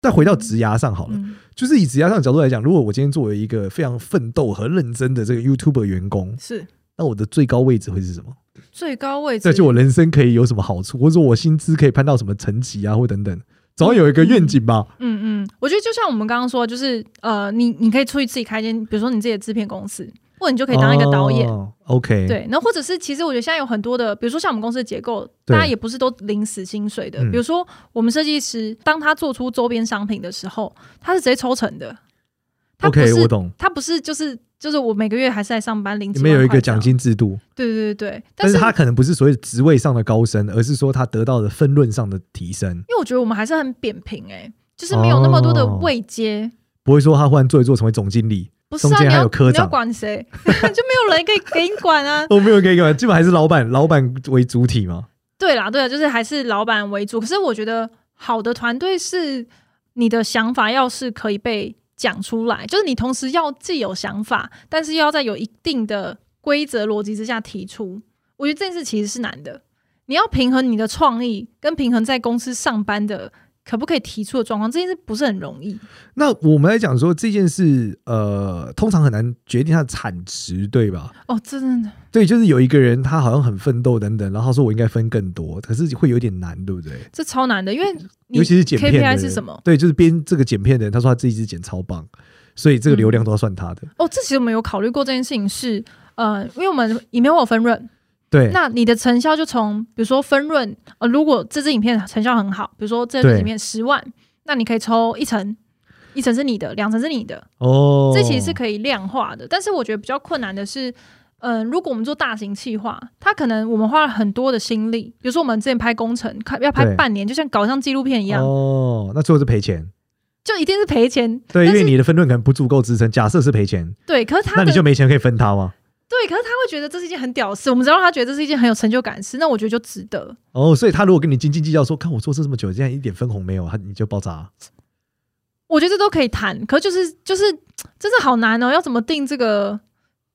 B: 再回到职涯上好了，
A: 嗯，
B: 就是以职涯上的角度来讲，如果我今天作为一个非常奋斗和认真的这个 YouTuber 员工，
A: 是
B: 那我的最高位置会是什么？
A: 最高位置
B: 这就我人生可以有什么好处，或者说我薪资可以攀到什么层级啊，或等等，总要有一个愿景吧。
A: 嗯嗯，我觉得就像我们刚刚说，就是呃，你你可以出去自己开一间，比如说你自己的制片公司，或者你就可以当一个导演。
B: 哦 OK，，
A: 对，那或者是其实我觉得现在有很多的，比如说像我们公司的结构，
B: 对
A: 大家也不是都领死薪水的。
B: 嗯
A: 比如说我们设计师，当他做出周边商品的时候，他是直接抽成的，他不
B: OK，
A: 是
B: 我懂。
A: 他不是就是就是我每个月还是来上班领
B: 里
A: 几
B: 面
A: 万
B: 有一
A: 块
B: 个
A: 这样
B: 奖，金制度，
A: 对对对对，
B: 但
A: 但是
B: 是他可能不是所谓职位上的高升，而是说他得到的分论上的提升，
A: 因为我觉得我们还是很扁平哎、就是没有那么多的
B: 哦
A: 位阶。
B: 不会说他忽然做一做成为总经理，
A: 不是
B: 中
A: 啊，
B: 间
A: 你
B: 还
A: 要
B: 有科
A: 你要
B: 长
A: 管谁， 就没有人可以给你管啊。
B: 我没有给个，基本还是老板，老板为主体嘛。
A: 对啦，对啦，就是还是老板为主。可是我觉得好的团队是你的想法要是可以被讲出来，就是你同时要既有想法，但是又要在有一定的规则逻辑之下提出。我觉得这件事其实是难的，你要平衡你的创意跟平衡在公司上班的可不可以提出的状况，这件事不是很容易。
B: 那我们来讲说这件事，呃，通常很难决定它的产值，对吧？
A: 哦，真的
B: 对，就是有一个人他好像很奋斗等等，然后他说我应该分更多，可是会有点难，对不对？
A: 这超难的，因为你
B: 尤其是剪片的
A: KPI
B: 人
A: 是什么？
B: 对，就是编这个剪片的人，他说他自己是剪超棒，所以这个流量都要算他的。
A: 哦，这其实我们有考虑过这件事情是，呃，因为我们 email 有分润，
B: 对，
A: 那你的成效就从比如说分润，呃，如果这支影片成效很好，比如说这支
B: 对
A: 影片十万，那你可以抽一层，一层是你的，两层是你的，
B: 哦，
A: 这其实是可以量化的。但是我觉得比较困难的是，嗯、如果我们做大型企划，它可能我们花了很多的心力，比如说我们之前拍工程，看要拍
B: 对
A: 半年，就像搞像纪录片一样，
B: 哦，那最后是赔钱。
A: 就一定是赔钱。
B: 对，因
A: 但
B: 为
A: 是
B: 你的分润可能不足够支撑。假设是赔钱，
A: 对，可是
B: 那
A: 他
B: 你
A: 的
B: 就没钱可以分他吗？
A: 对，可是他会觉得这是一件很屌的事，我们只要让他觉得这是一件很有成就感的事，那我觉得就值得。
B: 哦，所以他如果跟你斤斤计较说，看我做这这么久，现在一点分红没有，他你就爆炸。啊
A: 我觉得这都可以谈，可就是就是真的好难哦，要怎么定这个？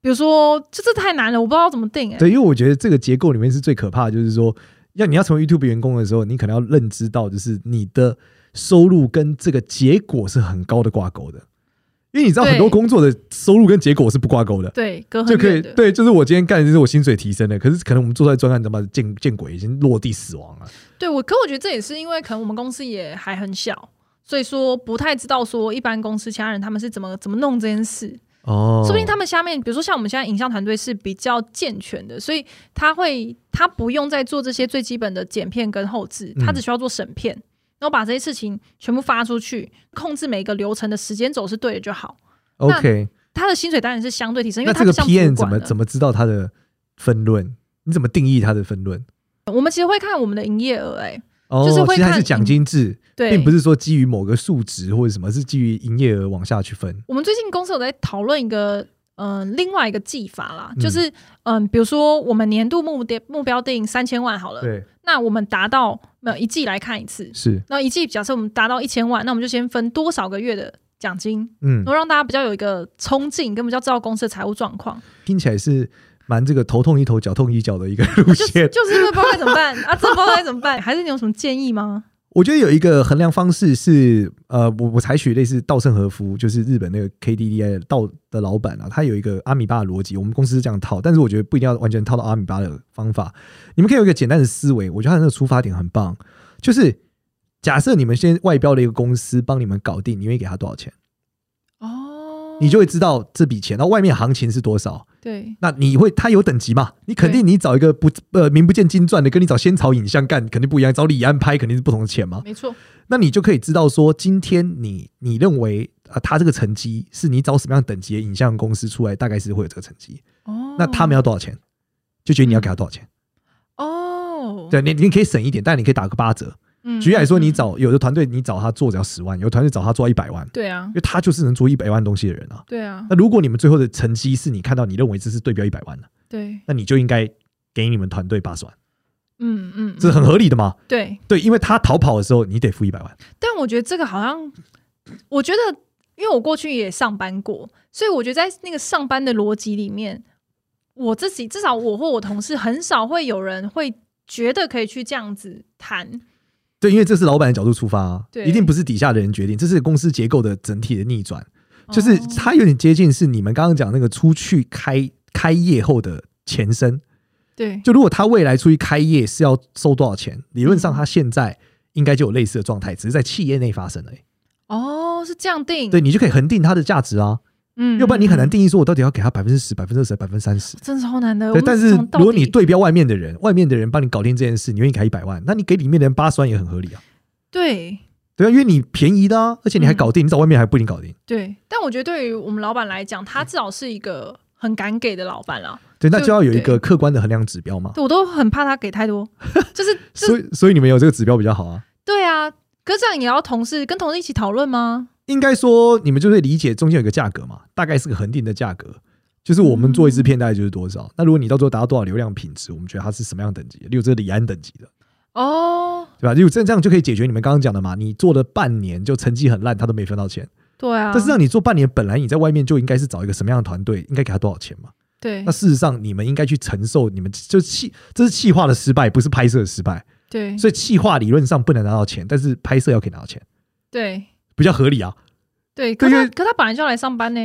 A: 比如说，就这太难了，我不知道怎么定哎、
B: 对，因为我觉得这个结构里面是最可怕的，就是说，要你要成为 YouTube 员工的时候，你可能要认知到，就是你的收入跟这个结果是很高的挂钩的，因为你知道
A: 对
B: 很多工作的收入跟结果是不挂钩的。
A: 对，隔
B: 就
A: 很
B: 可
A: 远
B: 以
A: 的。
B: 对，就是我今天干的就是我薪水提升了，可是可能我们做出来专案，他妈的见见鬼，已经落地死亡了。
A: 对我，可我觉得这也是因为可能我们公司也还很小，所以说不太知道说一般公司其他人他们是怎么怎么弄这件事。
B: 哦，
A: 说不定他们下面，比如说像我们现在影像团队是比较健全的，所以他会他不用再做这些最基本的剪片跟后置，
B: 嗯
A: 他只需要做审片，然后把这些事情全部发出去，控制每一个流程的时间轴是对的就好。
B: OK，
A: 他的薪水当然是相对提升，因
B: 那
A: 为他
B: 这个
A: 不像
B: PM
A: 主
B: 怎
A: 管啊
B: 么
A: 了。
B: 怎么知道它的分论？你怎么定义它的分论？
A: 我们其实会看我们的营业额、哎，
B: 哦，
A: 就是会
B: 其实它
A: 看
B: 是奖金制，
A: 对，
B: 并不是说基于某个数值或者什么，是基于营业额往下去分。
A: 我们最近公司有在讨论一个。嗯，另外一个技法啦，
B: 嗯
A: 就是嗯，比如说我们年度目的目标定三千万好了，
B: 对，
A: 那我们达到没有一季来看一次，
B: 是，
A: 那一季假设我们达到一千万，那我们就先分多少个月的奖金，
B: 嗯
A: 然，后让大家比较有一个冲劲，跟比较知道公司的财务状 况。
B: 听起来是蛮这个头痛医头，脚痛医脚的一个路
A: 就是
B: 线。
A: 就是因为不知道该怎么办 啊，真不知道该怎么办，还是你有什么建议吗？
B: 我觉得有一个衡量方式是，呃，我我采取类似稻盛和夫，就是日本那个 KDDI 的稻的老板啊，他有一个阿米巴的逻辑，我们公司是这样套，但是我觉得不一定要完全套到阿米巴的方法。你们可以有一个简单的思维，我觉得他的那个出发点很棒，就是假设你们先外标了一个公司帮你们搞定，你愿意给他多少钱，
A: 哦
B: 你就会知道这笔钱，那外面行情是多少。
A: 对
B: 那你会，他有等级嘛？你肯定你找一个不呃名不见经传的，跟你找仙草影像干肯定不一样，找李安拍肯定是不同的钱嘛。
A: 没错，
B: 那你就可以知道说，今天你你认为啊，他这个成绩是你找什么样等级的影像公司出来，大概是会有这个成绩。
A: 哦
B: 那他们要多少钱，就决定你要给他多少钱。
A: 哦，
B: 对你，你可以省一点，但你可以打个八折。
A: 嗯
B: 举例来说，你
A: 嗯
B: 找有的团队你找他做只要十万，有的团队找他做一百万，
A: 对啊
B: 因，为他就是能做一百万东西的人啊。
A: 对啊，
B: 那如果你们最后的成绩是你看到你认为这是对标一百万的，
A: 对，
B: 那你就应该给你们团队八十万，
A: 嗯嗯，
B: 这
A: 嗯
B: 很合理的嘛？
A: 对。
B: 对，因为他逃跑的时候你得付一百万。
A: 但我觉得这个好像，我觉得因为我过去也上班过，所以我觉得在那个上班的逻辑里面，我自己至少我或我同事很少会有人会觉得可以去这样子谈。
B: 对，因为这是老板的角度出发、啊，
A: 对
B: 一定不是底下的人决定，这是公司结构的整体的逆转，就是
A: 哦
B: 它有点接近是你们刚刚讲那个出去开开业后的前身。
A: 对
B: 就如果他未来出去开业是要收多少钱，理论
A: 嗯
B: 上他现在应该就有类似的状态，只是在企业内发生而已。
A: 哦，是这样定，
B: 对，你就可以恒定它的价值啊，
A: 嗯
B: 要不然你很难
A: 嗯
B: 定义说我到底要给他百分之十、百分之二十、百分之三十
A: 嗯。真的超难的。
B: 对，
A: 我们
B: 但是
A: 从到
B: 如果你
A: 底
B: 对标外面的人，外面的人帮你搞定这件事，你愿意给他一百万，那你给里面的人八十万也很合理啊。
A: 对
B: 对啊，因为你便宜的、啊，而且
A: 嗯
B: 你还搞定，你找外面还不一定搞定。
A: 对，但我觉得对于我们老板来讲，
B: 嗯
A: 他至少是一个很敢给的老板啦。
B: 对，那
A: 就
B: 就要有一
A: 对
B: 个客观的衡量指标嘛。
A: 我都很怕他给太 多，就是就是
B: 哦所以，所以你们有这个指标比较好啊。
A: 对啊。可是这样也要同事跟同事一起讨论吗？
B: 应该说，你们就会理解中间有个价格嘛，大概是个恒定的价格，就是我们做
A: 嗯
B: 一支片大概就是多少。那如果你到最后达到多少流量品质，我们觉得它是什么样等级的，例如这是李安等级的，
A: 哦，
B: 对吧？例如这这样就可以解决你们刚刚讲的嘛，你做了半年就成绩很烂，他都没分到钱，
A: 对啊，
B: 但是让你做半年，本来你在外面就应该是找一个什么样的团队，应该给他多少钱嘛？
A: 对
B: 那事实上，你们应该去承受你们就是气，这是气化的失败，不是拍摄的失败。
A: 对
B: 所以气化理论上不能拿到钱，但是拍摄要可以拿到钱，
A: 对
B: 比较合理啊。
A: 对，
B: 对
A: 可
B: 因
A: 他
B: 为
A: 可他本来就要来上班呢。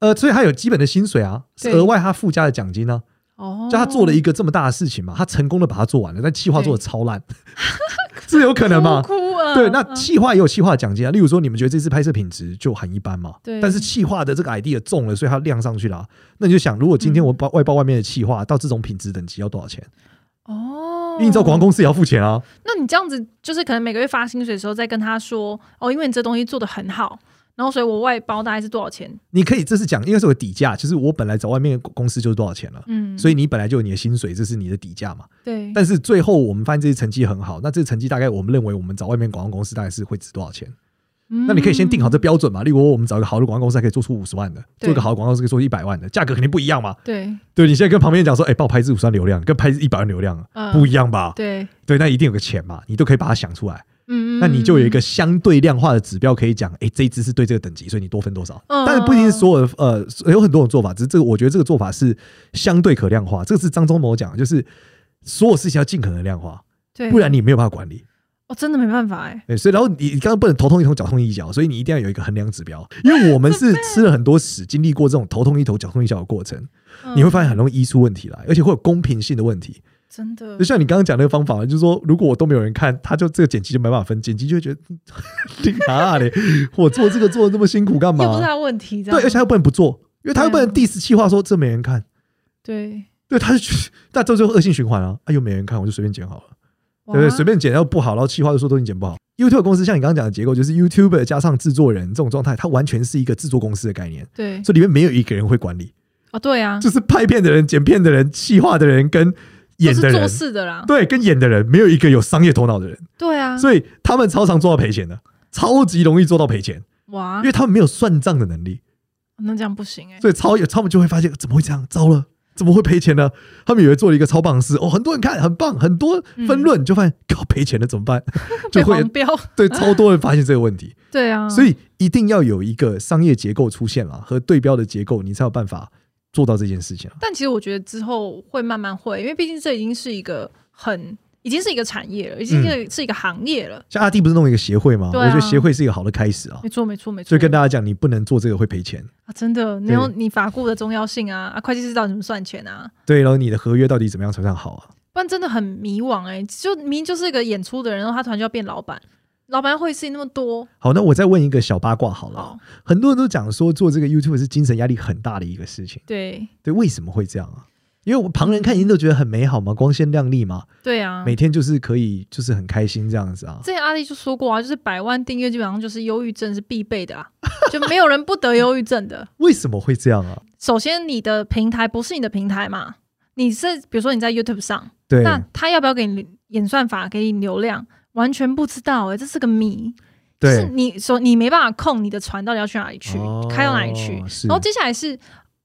B: 呃，所以他有基本的薪水啊，是
A: 对
B: 额外他附加的奖金呢、
A: 哦
B: 啊。就他做了一个这么大的事情嘛，他成功的把它做完了，但气化做的超 烂，这有可能吗？
A: 哭哭啊
B: 对，那
A: 嗯
B: 气化也有气化奖金啊。例如说，你们觉得这次拍摄品质就很一般嘛？
A: 对
B: 但是气化的这个 idea 中了，所以它亮上去了啊、那你就想，如果今天我包外包外面的气化到这种品质等级要多少钱？
A: 嗯哦
B: 因，为你知道广告公司也要付钱啊。
A: 那你这样子就是可能每个月发薪水的时候再跟他说哦，因为你这东西做的很好，然后所以我外包大概是多少钱？
B: 你可以这是讲，应该是有底价，就是我本来找外面的公司就是多少钱了。
A: 嗯，
B: 所
A: 以
B: 以你本来就有你的薪水，这是你的底价嘛。
A: 对
B: 但是最后我们发现这些成绩很好，那这个成绩大概我们认为我们找外面广告公司大概是会值多少钱？那
A: 那
B: 你可以先定好这标准嘛。例如我们找一个好的广告公司，还可以做出五十万的；
A: 对
B: 做一个好的广告公司可以做出一百万的，价格肯定不一样嘛。
A: 对
B: 对，你现在跟旁边讲说，哎、帮我拍这五十万流量，跟拍一百万流量啊
A: 嗯
B: 不一样吧？
A: 对，
B: 对，那一定有个钱嘛，你都可以把它想出来。
A: 嗯，
B: 那你就有一个相对量化的指标可以讲，哎、这一支是对这个等级，所以你多分多少。
A: 嗯
B: 但是不一定是所有的呃有很多种做法，只是这个我觉得这个做法是相对可量化，这个是张忠谋讲的，就是所有事情要尽可能量化，
A: 对，
B: 不然你没有办法管理。
A: 我真的没办法哎。
B: 对，所以然后你你刚刚不能头痛一头脚痛一脚，所以你一定要有一个衡量指标，因为我们是吃了很多屎，经历过这种头痛一头脚痛一脚的过程，
A: 嗯
B: 你会发现很容易医出问题来，而且会有公平性的问题。
A: 真的
B: 就像你刚刚讲那个方法，就是说，如果我都没有人看，他就这个剪辑就没办法分，剪辑就会觉得你啊嘞，我做这个做的这么辛苦干
A: 又不是
B: 嘛？
A: 他问题，这样
B: 对，而且他又不能不做，因为他又不能
A: 对
B: diss 气话说这没人看，
A: 对，
B: 对，他就觉得那这就是恶性循环啊，啊又没人看，我就随便剪好了，对不对？
A: 哇
B: 随便剪要不好，然后气话就说都已经剪不好。YouTube 公司像你刚刚讲的结构，就是 YouTuber 加上制作人这种状态，它完全是一个制作公司的概念，
A: 对
B: 这里面没有一个人会管理，
A: 啊，对啊，
B: 就是拍片的人、剪片的人、气话的人跟
A: 都
B: 演的
A: 哦是做
B: 人，
A: 事的啦，
B: 对，跟演的人没有一个有商业头脑的人，
A: 对啊，
B: 所以他们超常做到赔钱的，超级容易做到赔钱，
A: 哇
B: 因，为他们没有算账的能力。
A: 那这样不行哎，
B: 所以超有他们就会发现怎么会这样，糟了，怎么会赔钱呢？他们以为做了一个超棒的事，哦，很多人看，很棒，很多分论，就发现靠赔钱了怎 么办？就
A: 嗯被
B: 会
A: 黄 标，
B: 对超多人发现这个问题，
A: 对啊，
B: 所以一定要有一个商业结构出现了和对标的结构，你才有办法做到这件事情啊。
A: 但其实我觉得之后会慢慢会，因为毕竟这已经是一个很，已经是一个产业
B: 嗯
A: 了，已经是是一个行业了。
B: 像阿弟不是弄一个协会吗？
A: 对
B: 我
A: 啊
B: 觉得协会是一个好的开始啊
A: 没。错，没错，没错。
B: 所以跟大家讲，你不能做这个会赔钱。
A: 啊，真的，你有你法顾的重要性啊，啊，会计师到底怎么算钱啊？
B: 对，然后你的合约到底怎么样才算好啊？
A: 不然真的很迷惘哎、就明明就是一个演出的人，然后他突然就要变老板，老板会事情那么多，
B: 好，那我再问一个小八卦好了。
A: 哦，
B: 很多人都讲说做这个 YouTube 是精神压力很大的一个事情。
A: 对
B: 对，为什么会这样啊？因为我旁人看一定都觉得很美好嘛，光鲜亮丽嘛，
A: 对啊。
B: 每天就是可以就是很开心这样子啊。
A: 之前阿丽就说过啊，就是百万订阅基本上就是忧郁症是必备的啊，就没有人不得忧郁症的。
B: 为什么会这样啊？
A: 首先，你的平台不是你的平台嘛，你是比如说你在 YouTube 上，
B: 对，
A: 那他要不要给你演算法，给你流量，完全不知道哎、这是个谜。就是
B: 对，
A: 你说你没办法控你的船到底要去哪里去，
B: 哦
A: 开到哪里去，
B: 是
A: 然后接下来是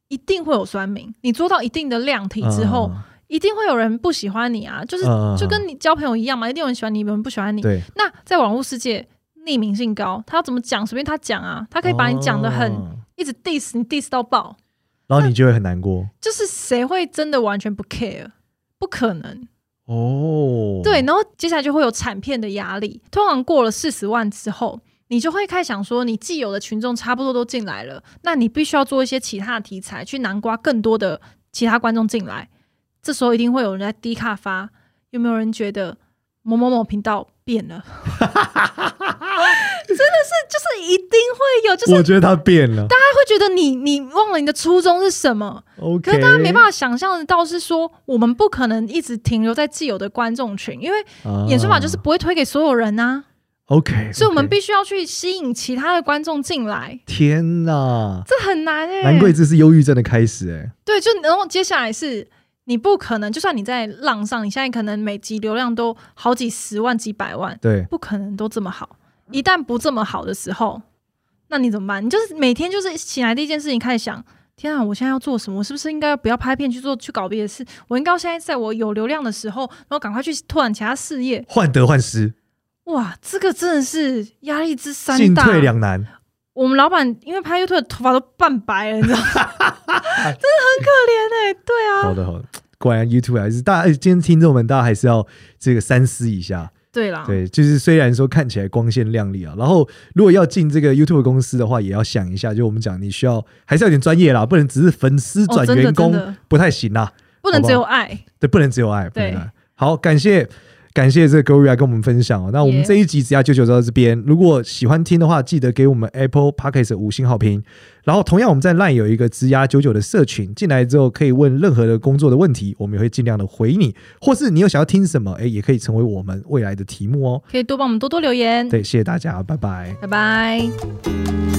A: 一定会有酸民，你做到一定的量体之后，
B: 嗯
A: 一定会有人不喜欢你啊，就是、
B: 嗯
A: 就
B: 嗯
A: 跟你交朋友一样嘛，一定有人喜欢你，有人不喜欢你。
B: 对
A: 那在网络世界。匿名性高，他要怎么讲随便他讲啊，他可以把你讲的很、
B: 哦
A: 一直 diss 你 diss 到爆，
B: 然后你就会很难过
A: 就是谁会真的完全不 care？不可能，
B: 哦。
A: 对，，然后接下来就会有产片的压力。通常过了四十万之后，你就会开始想说，你既有的群众差不多都进来了，那你必须要做一些其他的题材，去南瓜更多的其他观众进来。这时候一定会有人在低卡发，有没有人觉得某某某频道变了？ 真的是，就是一定会有，就是
B: 我觉得他变了。
A: 他会觉得你你忘了你的初衷是什么。
B: OK，
A: 可是大家没办法想象得到，是说我们不可能一直停留在既有的观众群，因为
B: 法
A: 演算法就是不会推给所有人啊，
B: OK，
A: 所以我们必须要去吸引其他的观众进来，
B: 天哪，
A: 这很难哎、
B: 难怪这是忧郁症的开始哎、
A: 对，就然后接下来是你不可能，就算你在浪上，你现在可能每集流量都好几十万、几百万，
B: 对，
A: 不可能都这么好。一旦不这么好的时候，那你怎么办？你就是每天就是醒来第一件事情开始想。天啊！我现在要做什么？我是不是应该要不要拍片去做去搞别的事？我应该要现在在我有流量的时候，然后赶快去拓展其他事业。
B: 患得患失，
A: 哇，这个真的是压力之山
B: 进
A: 大，
B: 退两难。
A: 啊我们老板因为拍 YouTube 的头发都半白了，你知 道吗？真的很可怜哎、对啊，
B: 好的，好的。果然 YouTube 还是大家，哎今天听众们，大家还是要这个三思一下。
A: 对啦，
B: 对，就是虽然说看起来光鲜亮丽啊，然后如果要进这个 YouTube 公司的话，也要想一下，就我们讲，你需要还是要有点专业啦，不能只是粉丝
A: 哦
B: 转
A: 真的
B: 员工、
A: 真的
B: 不太行啊啦。
A: 不能只有爱，
B: 对，不能只有爱，不能
A: 对
B: 只有爱好，感谢。感谢这个 Gloria 跟我们分享哦。那我们
A: Yeah
B: 这一集只要九九到这边，如果喜欢听的话，记得给我们 Apple Podcast 的五星好评。然后，同样我们在 LINE 有一个职涯九九的社群，进来之后可以问任何的工作的问题，我们也会尽量的回你。或是你有想要听什么，哎，也可以成为我们未来的题目哦。
A: 可以多帮我们多多留言，
B: 对，谢谢大家，拜拜。
A: 拜拜。